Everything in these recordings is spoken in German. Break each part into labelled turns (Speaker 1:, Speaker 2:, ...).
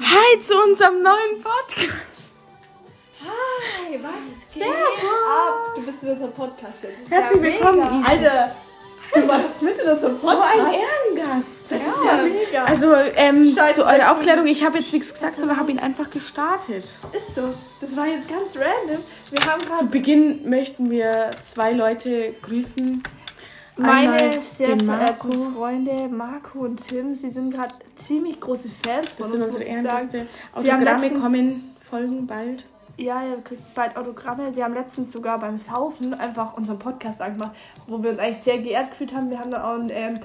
Speaker 1: Hi zu unserem neuen Podcast.
Speaker 2: Hi, was geht
Speaker 1: Servus.
Speaker 2: ab? Du bist in unserem Podcast jetzt.
Speaker 1: Herzlich willkommen, Isa.
Speaker 2: Alter, du warst mit in unserem
Speaker 1: So
Speaker 2: Podcast.
Speaker 1: ein Ehrengast.
Speaker 2: das ist ja mega.
Speaker 1: Also ähm,
Speaker 2: Scheiß
Speaker 1: zu
Speaker 2: Wetten.
Speaker 1: eurer Aufklärung, ich habe jetzt nichts gesagt, sondern habe ihn einfach gestartet.
Speaker 2: ist so. Das war jetzt ganz random. Wir haben
Speaker 1: Zu
Speaker 2: gerade
Speaker 1: Beginn möchten wir zwei Leute grüßen.
Speaker 2: meine
Speaker 1: Einmal
Speaker 2: sehr
Speaker 1: den
Speaker 2: verehrten
Speaker 1: Marco.
Speaker 2: Freunde Marco und Tim. Sie sind gerade ziemlich große Fans von
Speaker 1: Das sind
Speaker 2: uns, muss
Speaker 1: unsere
Speaker 2: ich sagen.
Speaker 1: Ehrengäste.
Speaker 2: Sie haben
Speaker 1: Autogramme
Speaker 2: letztens-
Speaker 1: kommen, folgen bald.
Speaker 2: Ja, ihr kriegt bald Autogramme. Sie haben letztens sogar beim Saufen einfach unseren Podcast angemacht, wo wir uns eigentlich sehr geehrt gefühlt haben. Wir haben dann auch ein, ähm,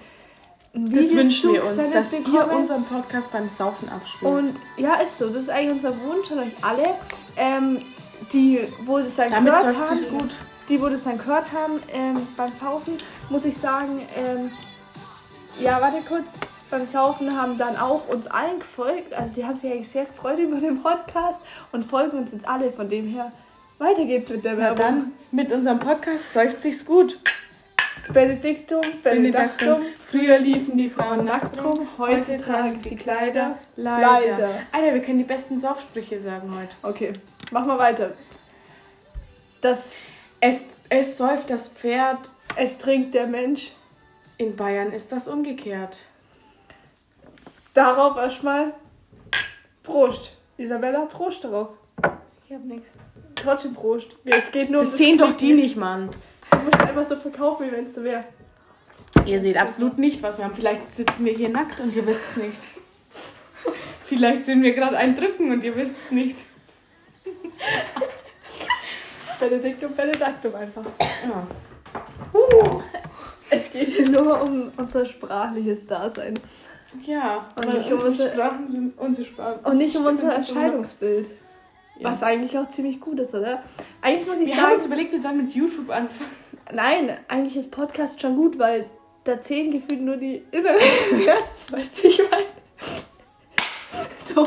Speaker 2: ein
Speaker 1: Das
Speaker 2: Video
Speaker 1: wünschen wir uns,
Speaker 2: zugesendet
Speaker 1: dass ihr
Speaker 2: bekommen.
Speaker 1: unseren Podcast beim Saufen abspielt.
Speaker 2: Und ja, ist so. Das ist eigentlich unser Wunsch an euch alle. Ähm, die, wo das dann
Speaker 1: Damit
Speaker 2: gehört
Speaker 1: läuft
Speaker 2: haben,
Speaker 1: es gut.
Speaker 2: die, wo das dann gehört haben ähm, beim Saufen, muss ich sagen, ähm, ja, warte kurz. Beim Saufen haben dann auch uns allen gefolgt. Also die haben sich eigentlich sehr gefreut über den Podcast und folgen uns jetzt alle. Von dem her, weiter geht's mit der
Speaker 1: Na
Speaker 2: Werbung.
Speaker 1: dann, mit unserem Podcast seufzt sich's gut.
Speaker 2: Benediktum, Benediktum.
Speaker 1: Benediktum. Früher liefen die Frauen nackt rum.
Speaker 2: Benediktum. Heute tragen sie Kleider.
Speaker 1: Leider.
Speaker 2: Leider.
Speaker 1: Alter, wir können die besten Saufsprüche sagen heute.
Speaker 2: Okay, mach mal weiter. Das,
Speaker 1: Es, es säuft das Pferd.
Speaker 2: es trinkt der Mensch.
Speaker 1: In Bayern ist das umgekehrt.
Speaker 2: Darauf erstmal Prost. Isabella, Prost darauf.
Speaker 3: Ich hab nix.
Speaker 2: Trotzdem Prost. Ja, Es geht nur um
Speaker 1: Das sehen doch die
Speaker 2: Klicken.
Speaker 1: nicht, Mann.
Speaker 2: Du musst einfach so verkaufen, wie wenn es so wäre.
Speaker 1: Ihr seht absolut nicht, was wir haben. Vielleicht sitzen wir hier nackt und ihr wisst es nicht. Vielleicht sind wir gerade ein Drücken und ihr wisst es nicht.
Speaker 2: Benediktum, Benediktum einfach.
Speaker 1: Ja.
Speaker 2: Es geht hier nur um unser sprachliches Dasein.
Speaker 1: ja.
Speaker 2: Und
Speaker 1: weil
Speaker 2: nicht um
Speaker 1: unsere
Speaker 2: unsere-
Speaker 1: Sprachen sind unsere Sprachen.
Speaker 2: Und nicht um
Speaker 1: Stimmen
Speaker 2: unser
Speaker 1: sind so-
Speaker 2: Erscheinungsbild.
Speaker 1: Ja.
Speaker 2: Was eigentlich auch ziemlich gut ist, oder? Eigentlich muss ich
Speaker 1: Wir haben
Speaker 2: sagen,
Speaker 1: uns überlegt, wir sollen mit YouTube anfangen.
Speaker 2: nein, eigentlich ist Podcast schon gut, weil da zählen gefühlt nur die inneren Werte, weißt du, ich meine. So,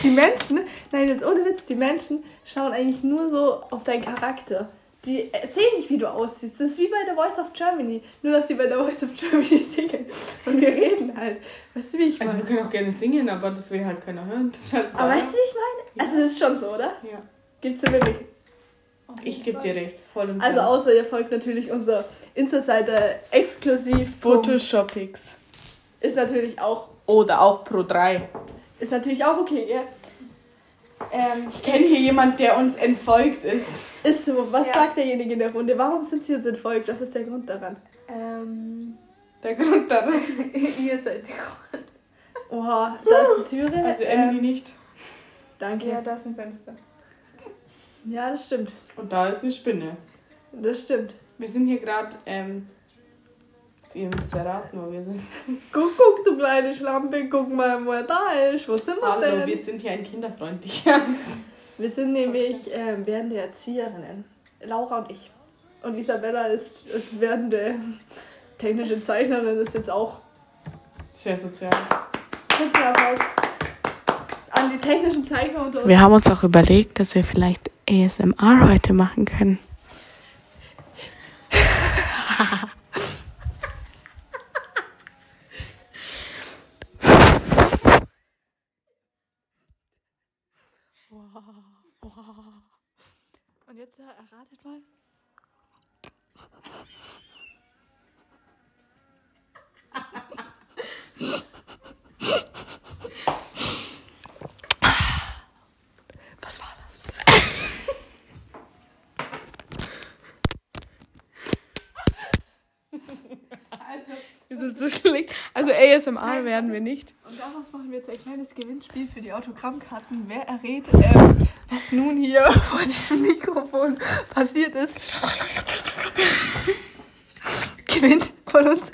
Speaker 2: die Menschen, nein, jetzt ohne Witz, die Menschen schauen eigentlich nur so auf deinen Charakter. Die äh, sehen nicht, wie du aussiehst. Das ist wie bei The Voice of Germany. Nur, dass die bei The Voice of Germany singen. Und wir reden halt. Weißt du, wie ich meine?
Speaker 1: Also wir können auch gerne singen, aber das will halt keiner hören. Das ist halt so.
Speaker 2: Aber weißt du, wie ich meine? Also, das ist schon so, oder?
Speaker 1: Ja.
Speaker 2: Gibt's ja wirklich.
Speaker 1: Ich gebe dir recht. Voll und
Speaker 2: Also,
Speaker 1: ganz.
Speaker 2: außer ihr folgt natürlich unserer Insta-Seite exklusiv.
Speaker 1: Photoshoppings.
Speaker 2: Ist natürlich auch,
Speaker 1: Oder auch Pro 3.
Speaker 2: ist natürlich auch okay, gell? Ähm,
Speaker 1: Ich kenne hier jemand, der uns entfolgt ist.
Speaker 2: ist so. Was
Speaker 3: Ja.
Speaker 2: sagt derjenige in der Runde? Warum sind sie uns entfolgt? Was ist der Grund daran?
Speaker 3: Ähm,
Speaker 1: Der Grund daran.
Speaker 3: ihr seid
Speaker 2: Oha, da ist eine Türe.
Speaker 1: Also
Speaker 2: Ähm,
Speaker 1: Emily nicht.
Speaker 2: Danke.
Speaker 3: Ja,
Speaker 2: Ja.
Speaker 3: da ist ein Fenster.
Speaker 2: das stimmt.
Speaker 1: Und da ist eine Spinne.
Speaker 2: Das stimmt.
Speaker 1: Wir sind hier gerade, ähm, ihr müsst erraten, wo wir sind.
Speaker 2: Guck, guck, du kleine Schlampe, guck mal, wo er da ist. Wo sind wir
Speaker 1: Hallo,
Speaker 2: denn?
Speaker 1: wir sind hier ein kinderfreundlicher.
Speaker 2: Wir sind nämlich ähm, werdende Erzieherinnen. Laura und ich. Und Isabella ist, ist werdende technische Zeichnerin, ist jetzt auch
Speaker 1: Sehr sozial.
Speaker 2: Kinderarbeit. An die technischen Zeichner unter uns.
Speaker 4: Wir haben uns auch überlegt, dass wir vielleicht ASMR heute machen können.
Speaker 2: Und jetzt äh, erratet mal.
Speaker 4: Was war das?
Speaker 1: Wir sind so schlecht. Also ASMR werden wir nicht.
Speaker 2: Und daraus machen wir jetzt ein kleines Gewinnspiel für die Autogrammkarten. Wer errät, ähm, was nun hier vor diesem Mikrofon passiert ist, gewinnt von uns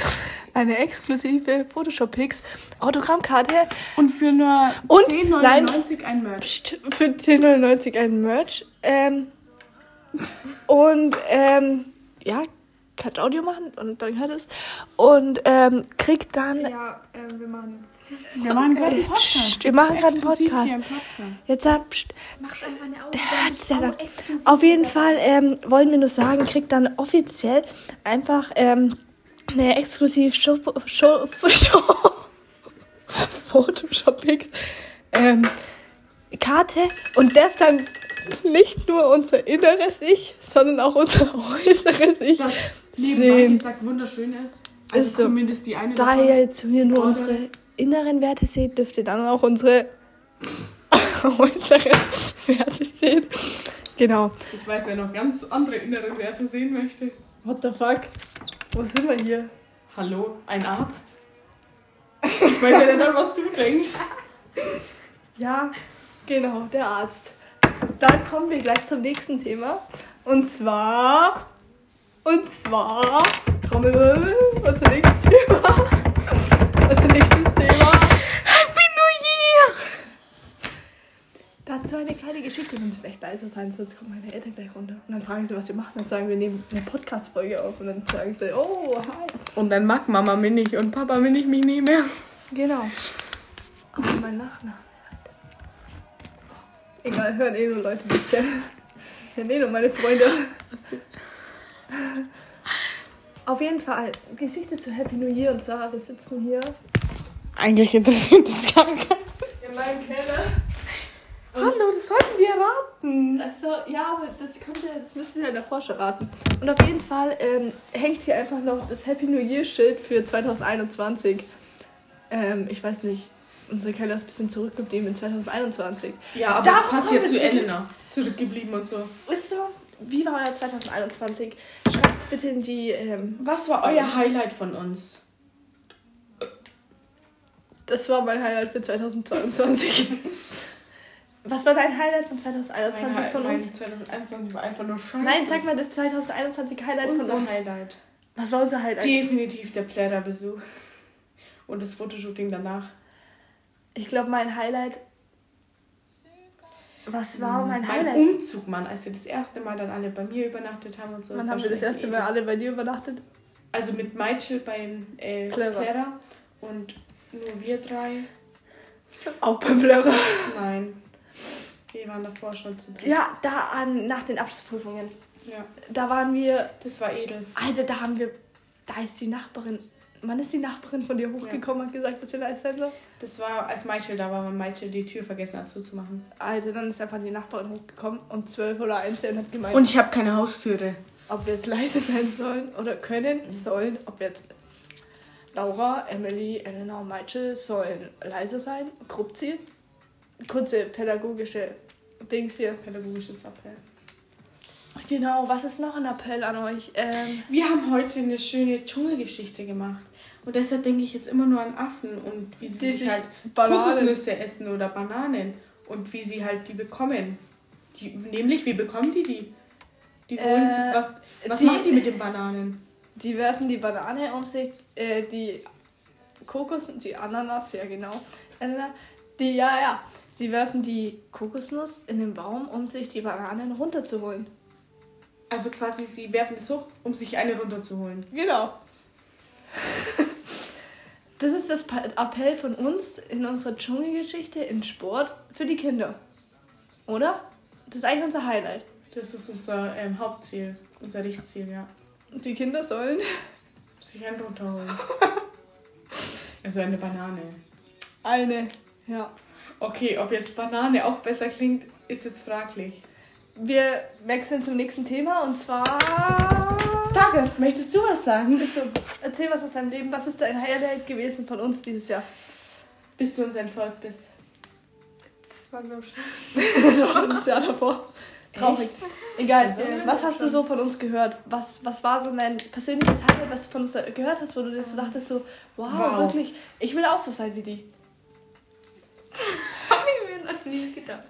Speaker 2: eine exklusive Photoshop-Pix Autogrammkarte
Speaker 1: Und für nur
Speaker 2: Und-
Speaker 1: 10,99 ein Merch.
Speaker 2: Psst, für 10,99 ein Merch. Ähm, und ähm, ja, kannst Audio machen und dann hört es. Und ähm, kriegt dann.
Speaker 3: Ja, ähm, wir machen
Speaker 1: Wir machen gerade einen Podcast.
Speaker 2: Psst, wir machen gerade einen
Speaker 1: Exklusiv hier
Speaker 2: Podcast.
Speaker 1: im Podcast.
Speaker 2: Jetzt hab, psst,
Speaker 3: Macht einfach eine Augen.
Speaker 2: Der hat's ja dann. Auf jeden Fall ähm, wollen wir nur sagen, kriegt dann offiziell einfach ähm, eine exklusiv Show, Show, Show Photoshop Pix äh, ähm, Karte und darf dann nicht nur unser inneres Ich, sondern auch unser äußeres Ich
Speaker 1: Das nebenbei
Speaker 2: sehen.
Speaker 1: gesagt wunderschön ist. Also
Speaker 2: Ist so.
Speaker 1: zumindest die eine.
Speaker 2: Da
Speaker 1: davon.
Speaker 2: ihr jetzt hier nur unsere inneren Werte seht, dürft ihr dann auch unsere äußeren Werte sehen. Genau.
Speaker 1: Ich weiß, wer noch ganz andere innere Werte sehen möchte.
Speaker 2: What the fuck? Wo sind wir hier?
Speaker 1: Hallo, ein Arzt? Ich weiß ja nicht, an was du denkst.
Speaker 2: Ja, genau, der Arzt. Dann kommen wir gleich zum nächsten Thema. Und zwar. Und zwar. Trommelwirbel. Was ist nächstes Thema? Was ist nächstes Thema? Happy New Year! Dazu eine kleine Geschichte. Wir müssen echt leise sein, sonst kommen meine Eltern gleich runter. Und dann fragen sie, was wir machen. Dann sagen wir, nehmen eine Podcast-Folge auf. Und dann sagen sie, oh, hi.
Speaker 1: Und dann mag Mama mich nicht und Papa will ich mich nie mehr.
Speaker 2: Genau. Aber mein Nachname. Egal, hören eh nur Leute, die ich kenne. Hören eh nur meine Freunde. Auf jeden Fall, Geschichte zu Happy New Year und Sarah, wir sitzen hier
Speaker 1: Eigentlich interessiert das gar keinen.
Speaker 2: in meinem Keller.
Speaker 1: Hallo, das sollten wir raten.
Speaker 2: Achso, Also, ja, aber das könnte, das müssen wir in der Forscher raten. Und auf jeden Fall ähm, hängt hier einfach noch das Happy New Year Schild für 2021. Ähm, ich weiß nicht, unser Keller ist ein bisschen zurückgeblieben in 2021.
Speaker 1: Ja, aber
Speaker 2: Darauf
Speaker 1: das passt ja
Speaker 2: kommen
Speaker 1: zu
Speaker 2: wir zurück.
Speaker 1: Elena. Zurückgeblieben und so.
Speaker 2: Wisst ihr, wie war euer 2021? Schreibt es bitte in die. Ähm,
Speaker 1: Was war euer Highlight von uns?
Speaker 2: das war mein Highlight für 2022. Was war dein Highlight von 2021
Speaker 1: Mein Hi-
Speaker 2: Äh, von
Speaker 1: mein
Speaker 2: uns?
Speaker 1: 2021 war einfach nur scheiße.
Speaker 2: Nein, sag mal das 2021 Highlight
Speaker 1: Unser
Speaker 2: von uns.
Speaker 1: Highlight.
Speaker 2: Was war unser Highlight?
Speaker 1: Definitiv der Plärrerbesuch. Und das Fotoshooting danach.
Speaker 2: Ich glaube, mein Highlight. Was war mein
Speaker 1: Hm, Mein
Speaker 2: Highlight?
Speaker 1: Umzug, Mann, als wir das erste Mal dann alle bei mir übernachtet haben und so.
Speaker 2: Wann
Speaker 1: war
Speaker 2: haben wir
Speaker 1: schon
Speaker 2: das
Speaker 1: echt
Speaker 2: erste Mal
Speaker 1: eklig.
Speaker 2: alle bei dir übernachtet?
Speaker 1: Also mit Meitschel beim äh,
Speaker 2: Clever.
Speaker 1: Clara und nur wir drei.
Speaker 2: Auch beim Blörer.
Speaker 1: Nein. Wir waren davor schon zu dritt.
Speaker 2: Ja, da an, nach den Abschlussprüfungen.
Speaker 1: Ja,
Speaker 2: Da waren wir.
Speaker 1: Das war edel.
Speaker 2: Alter, da haben wir. Da ist die Nachbarin. Wann ist die Nachbarin von dir hochgekommen und hat gesagt, dass wir leise sein sollen?
Speaker 1: Das war, als Meitschel da war, weil Meitschel die Tür vergessen hat zuzumachen.
Speaker 2: Alter, dann ist einfach die Nachbarin hochgekommen um 12 oder 1 und hat gemeint,
Speaker 1: ich habe keine Haustüre.
Speaker 2: ob wir jetzt leise sein sollen oder können, sollen, ob jetzt Laura, Emily, Elena und Maitsche sollen leise sein, Krupzi. Kurze pädagogische Dings hier.
Speaker 1: Pädagogisches Appell.
Speaker 2: Genau, was ist noch ein Appell an euch? Ähm,
Speaker 1: Wir haben heute eine schöne Dschungelgeschichte gemacht. Und deshalb denke ich jetzt immer nur an Affen und wie sie
Speaker 2: Die-
Speaker 1: sich halt
Speaker 2: Bananen.
Speaker 1: Kokosnüsse essen oder Bananen. Und wie sie halt die bekommen. Die, nämlich, wie bekommen die die? Die holen,
Speaker 2: Äh,
Speaker 1: was, was
Speaker 2: die-
Speaker 1: machen die mit den Bananen?
Speaker 2: die werfen die Banane um sich, äh, die Kokos und die Ananas, ja genau. Elena, die, ja, ja. Sie werfen die Kokosnuss in den Baum, um sich die Bananen runterzuholen.
Speaker 1: Also quasi, sie werfen das hoch, um sich eine runterzuholen.
Speaker 2: Genau. Das ist das Pa- Appell von uns in unserer Dschungelgeschichte in Sport für die Kinder. Oder? Das ist eigentlich unser Highlight.
Speaker 1: Das ist unser ähm, Hauptziel, unser Richtziel, ja.
Speaker 2: Und Die Kinder sollen.
Speaker 1: Sich einen runterholen. also eine Banane.
Speaker 2: Eine. Ja.
Speaker 1: Okay, ob jetzt Banane auch besser klingt, ist jetzt fraglich.
Speaker 2: Wir wechseln zum nächsten Thema und zwar.
Speaker 1: Stargast, möchtest du was sagen?
Speaker 2: Bist du, erzähl was aus deinem Leben. Was ist dein Highlight gewesen von uns dieses Jahr?
Speaker 1: Bis du uns entfolgt bist.
Speaker 3: Das war, glaube ich,
Speaker 2: Das war das Jahr davor. Traurig. Egal,
Speaker 1: Schon so?
Speaker 2: äh, was hast du so von uns gehört? Was, was war so dein persönliches Highlight, was du von uns gehört hast, wo du dir so dachtest, so, Ah. wow,
Speaker 1: Wow.
Speaker 2: wirklich, ich will auch so sein wie die.
Speaker 3: habe ich mir noch nie gedacht.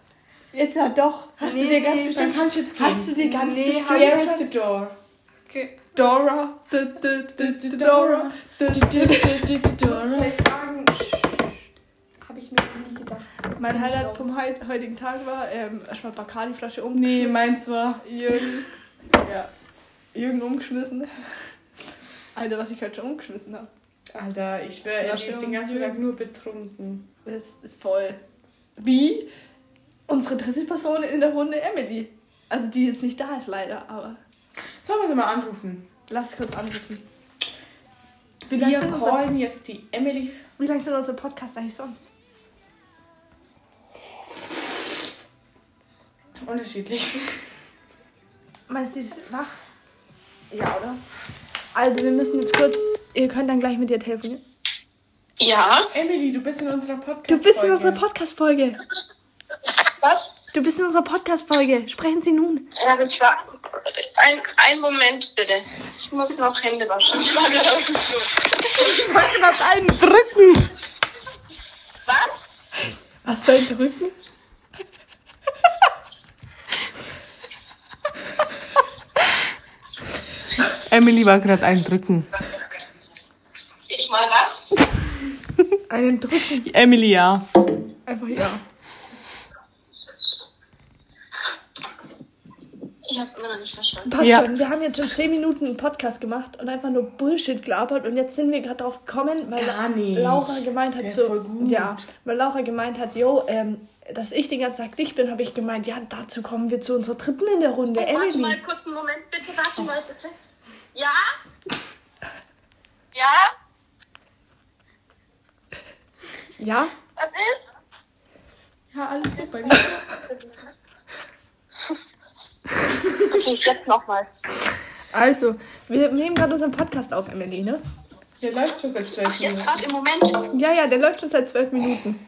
Speaker 2: Jetzt ja doch. Hast du
Speaker 3: Nee,
Speaker 2: dir ganz
Speaker 3: nee,
Speaker 1: Dann
Speaker 2: bestimmt.
Speaker 1: kannst du jetzt gehen.
Speaker 2: Hast du dir ganz
Speaker 3: Nee,
Speaker 2: bestimmt.
Speaker 3: hab
Speaker 1: There is the door.
Speaker 3: Okay.
Speaker 2: Dora. D -d -d -d Dora. D -d -d
Speaker 3: Muss ich
Speaker 2: Dora.
Speaker 3: vielleicht sagen, habe ich mir noch nie gedacht.
Speaker 2: Mein Highlight vom hei- heutigen Tag war, ähm, erstmal Bacardi-Flasche umgeschmissen.
Speaker 1: Nee, meins war.
Speaker 2: Jürgen. Ja. Jürgen umgeschmissen. Alter, was ich heute schon umgeschmissen habe.
Speaker 1: Alter, ich schwöre, er
Speaker 2: Flasche
Speaker 1: ist den
Speaker 2: und
Speaker 1: ganzen
Speaker 2: Bier.
Speaker 1: Tag nur betrunken.
Speaker 2: ist voll. Wie unsere dritte Person in der Runde, Emily. Also die jetzt nicht da ist leider, aber
Speaker 1: Sollen wir sie mal anrufen?
Speaker 2: lasst kurz anrufen. Wie
Speaker 1: Wir
Speaker 2: lang, sind unser,
Speaker 1: callen jetzt die Emily
Speaker 2: wie lang sind unser Podcast eigentlich sonst?
Speaker 1: Unterschiedlich.
Speaker 2: Meinst du, die ist wach?
Speaker 3: Ja, oder?
Speaker 2: Also, wir müssen jetzt kurz. Ihr könnt dann gleich mit ihr telefonieren.
Speaker 5: Ja,
Speaker 1: Emily, du bist in unserer Podcast.
Speaker 2: Du bist in unserer Podcast-Folge.
Speaker 5: was?
Speaker 2: Du bist in unserer Podcast-Folge. Sprechen Sie nun.
Speaker 5: Ja, ich war. Ein, ein Moment bitte. Ich muss noch Hände waschen.
Speaker 2: Warte, was einen drücken.
Speaker 5: Was?
Speaker 2: Was soll drücken?
Speaker 1: Emily war gerade eindrücken.
Speaker 5: Ich mal was?
Speaker 2: Einen drücken.
Speaker 1: Emily, ja.
Speaker 2: Einfach ja.
Speaker 5: Ich hab's immer noch nicht verstanden.
Speaker 2: Passt
Speaker 1: Ja.
Speaker 2: schon. Wir haben jetzt schon 10 Minuten einen Podcast gemacht und einfach nur Bullshit gelabert. Und jetzt sind wir gerade drauf gekommen, weil
Speaker 1: Gar nicht.
Speaker 2: Laura gemeint hat,
Speaker 1: Der ist
Speaker 2: so.
Speaker 1: voll gut.
Speaker 2: Ja, weil Laura gemeint hat, yo, ähm, dass ich den ganzen Tag dich bin, habe ich gemeint, ja, dazu kommen wir zu unserer dritten in der Runde,
Speaker 5: Oh, Warte
Speaker 2: Emily.
Speaker 5: mal kurz einen Moment, bitte, warte mal bitte. Ja? Ja?
Speaker 2: Ja?
Speaker 5: Was ist?
Speaker 1: Ja, alles gut bei mir.
Speaker 5: Okay, jetzt nochmal.
Speaker 2: Also, wir nehmen gerade unseren Podcast auf, Emily, ne?
Speaker 1: Der läuft schon seit zwölf
Speaker 5: Jetzt
Speaker 1: Minuten.
Speaker 5: gerade im Moment.
Speaker 2: Ja, ja, der läuft schon seit zwölf Minuten.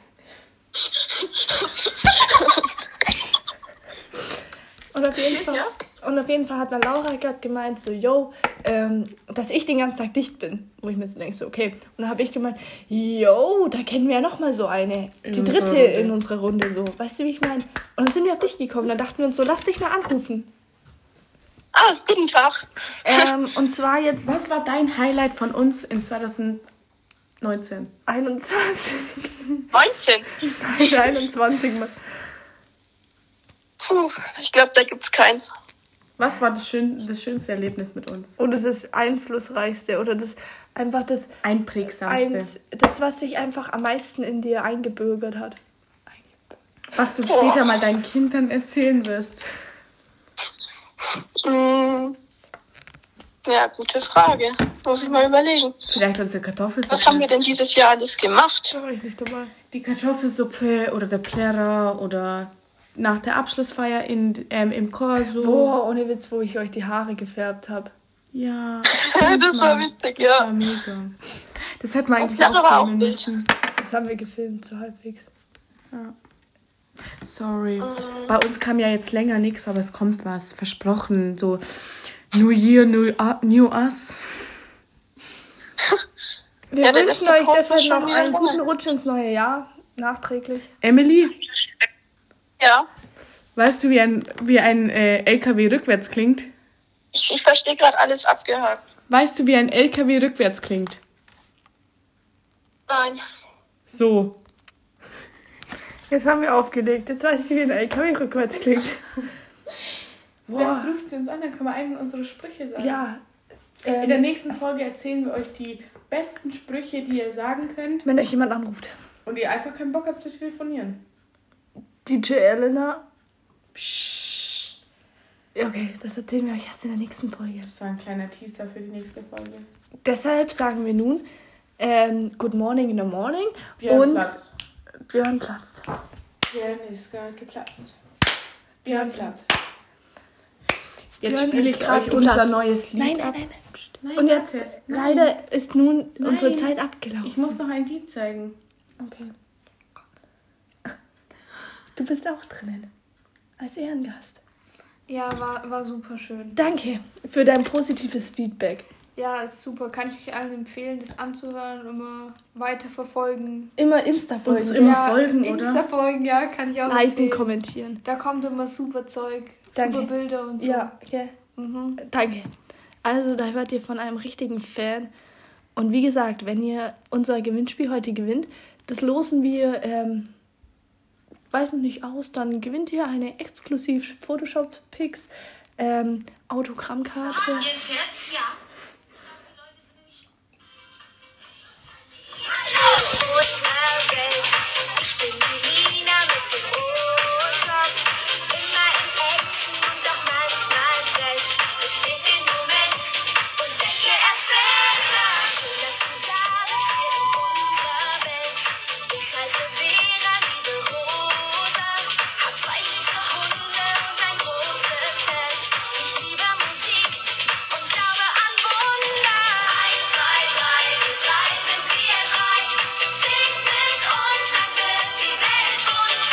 Speaker 2: Und auf, jeden Fall, und auf jeden Fall hat dann Laura gerade gemeint, so, yo, ähm, dass ich den ganzen Tag dicht bin. Wo ich mir so denke, so, okay. Und dann habe ich gemeint, yo, da kennen wir ja nochmal so eine. Die
Speaker 1: unserer
Speaker 2: dritte
Speaker 1: Runde.
Speaker 2: in unserer Runde, so. Weißt du, wie ich meine? Und dann sind wir auf dich gekommen. Dann dachten wir uns so, lass dich mal anrufen.
Speaker 5: Ah, guten Tag.
Speaker 2: Ähm, und zwar jetzt
Speaker 1: Was war dein Highlight von uns in 2019?
Speaker 2: 21,
Speaker 5: 19.
Speaker 2: 21 Mal.
Speaker 5: Puh, ich glaube, da gibt's keins.
Speaker 1: Was war das, schön, das schönste Erlebnis mit uns?
Speaker 2: Und das ist einflussreichste oder das einfach das
Speaker 1: Einprägsamste.
Speaker 2: eins, das was sich einfach am meisten in dir eingebürgert hat.
Speaker 1: Was du später mal deinen Kindern erzählen wirst.
Speaker 5: Hm. Ja, gute Frage. Muss ich mal überlegen.
Speaker 1: Vielleicht unsere Kartoffelsuppe.
Speaker 5: Was haben wir denn dieses Jahr alles gemacht?
Speaker 2: Da war ich nicht dabei.
Speaker 1: Die Kartoffelsuppe oder der Plärrer oder nach der Abschlussfeier in, ähm, im Chor so.
Speaker 2: Boah, ohne Witz, wo ich euch die Haare gefärbt habe.
Speaker 1: Ja.
Speaker 5: Das war witzig,
Speaker 1: Das war
Speaker 5: ja.
Speaker 1: mega. Das hätten wir eigentlich
Speaker 5: Plärrer war
Speaker 1: auch
Speaker 5: auch
Speaker 1: filmen
Speaker 5: wild.
Speaker 1: müssen.
Speaker 2: Das haben wir gefilmt, so halbwegs.
Speaker 1: Sorry.
Speaker 2: Ähm.
Speaker 1: Bei uns kam ja jetzt länger nichts, aber es kommt was. Versprochen. So New Year, New, uh, new Us.
Speaker 2: Wir
Speaker 5: Ja, der
Speaker 2: wünschen
Speaker 5: letzte
Speaker 2: euch
Speaker 5: Post
Speaker 2: deshalb
Speaker 5: ist schon
Speaker 2: noch
Speaker 5: wieder
Speaker 2: einen
Speaker 5: rum.
Speaker 2: guten Rutsch ins neue Jahr. Nachträglich.
Speaker 1: Emily,
Speaker 5: Ja.
Speaker 1: weißt du, wie ein, wie ein äh, LKW rückwärts klingt?
Speaker 5: Ich, ich verstehe gerade alles abgehakt.
Speaker 1: Weißt du, wie ein LKW rückwärts klingt?
Speaker 5: Nein.
Speaker 1: So.
Speaker 2: Jetzt haben wir aufgelegt. Jetzt weiß ich, wie ein LKW rückwärts klingt.
Speaker 1: Boah. ruft sie uns an, dann können wir einen unserer Sprüche sagen.
Speaker 2: Ja.
Speaker 1: In der
Speaker 2: Ähm,
Speaker 1: nächsten Folge erzählen wir euch die besten Sprüche, die ihr sagen könnt
Speaker 2: wenn euch jemand anruft.
Speaker 1: und ihr einfach keinen Bock habt zu telefonieren.
Speaker 2: DJ Elena. Ja, Okay, das erzählen wir euch erst in der nächsten Folge.
Speaker 1: Das war ein kleiner Teaser für die nächste Folge.
Speaker 2: Deshalb sagen wir nun ähm, Good Morning in the Morning
Speaker 1: Björn
Speaker 2: und
Speaker 1: Platz.
Speaker 2: Björn platzt.
Speaker 1: Björn ist gerade geplatzt. Björn Platz.
Speaker 2: Björn
Speaker 1: Jetzt spiele
Speaker 2: ist
Speaker 1: ich
Speaker 2: grad
Speaker 1: euch unser
Speaker 2: geplatzt.
Speaker 1: neues Lied
Speaker 2: Nein,
Speaker 1: ab.
Speaker 2: nein, nein, nein. pst.
Speaker 1: Nein,
Speaker 2: Und jetzt
Speaker 1: warte.
Speaker 2: leider ist nun unsere
Speaker 1: Nein.
Speaker 2: Zeit abgelaufen.
Speaker 1: Ich muss noch ein Lied zeigen.
Speaker 2: Okay. Du bist auch drinnen. Als Ehrengast.
Speaker 3: Ja, war, war super schön.
Speaker 2: Danke für dein positives Feedback.
Speaker 3: Ja, ist super. Kann ich euch allen empfehlen, das anzuhören, immer weiter verfolgen.
Speaker 2: Immer Insta
Speaker 1: Uns
Speaker 2: folgen.
Speaker 1: immer
Speaker 3: ja,
Speaker 1: folgen, Äh,
Speaker 3: Insta
Speaker 1: oder?
Speaker 3: folgen, ja, kann ich auch
Speaker 2: Liken,
Speaker 3: empfehlen.
Speaker 2: kommentieren.
Speaker 3: Da kommt immer super Zeug,
Speaker 2: Danke.
Speaker 3: super Bilder und so.
Speaker 2: Ja, okay.
Speaker 3: Mhm.
Speaker 2: Danke. Also, da hört ihr von einem richtigen Fan. Und wie gesagt, wenn ihr unser Gewinnspiel heute gewinnt, das losen wir, ähm, weiß noch nicht aus, dann gewinnt ihr eine exklusiv Photoshop-Pix, ähm, Autogrammkarte.
Speaker 6: Ihr Sitz, ja.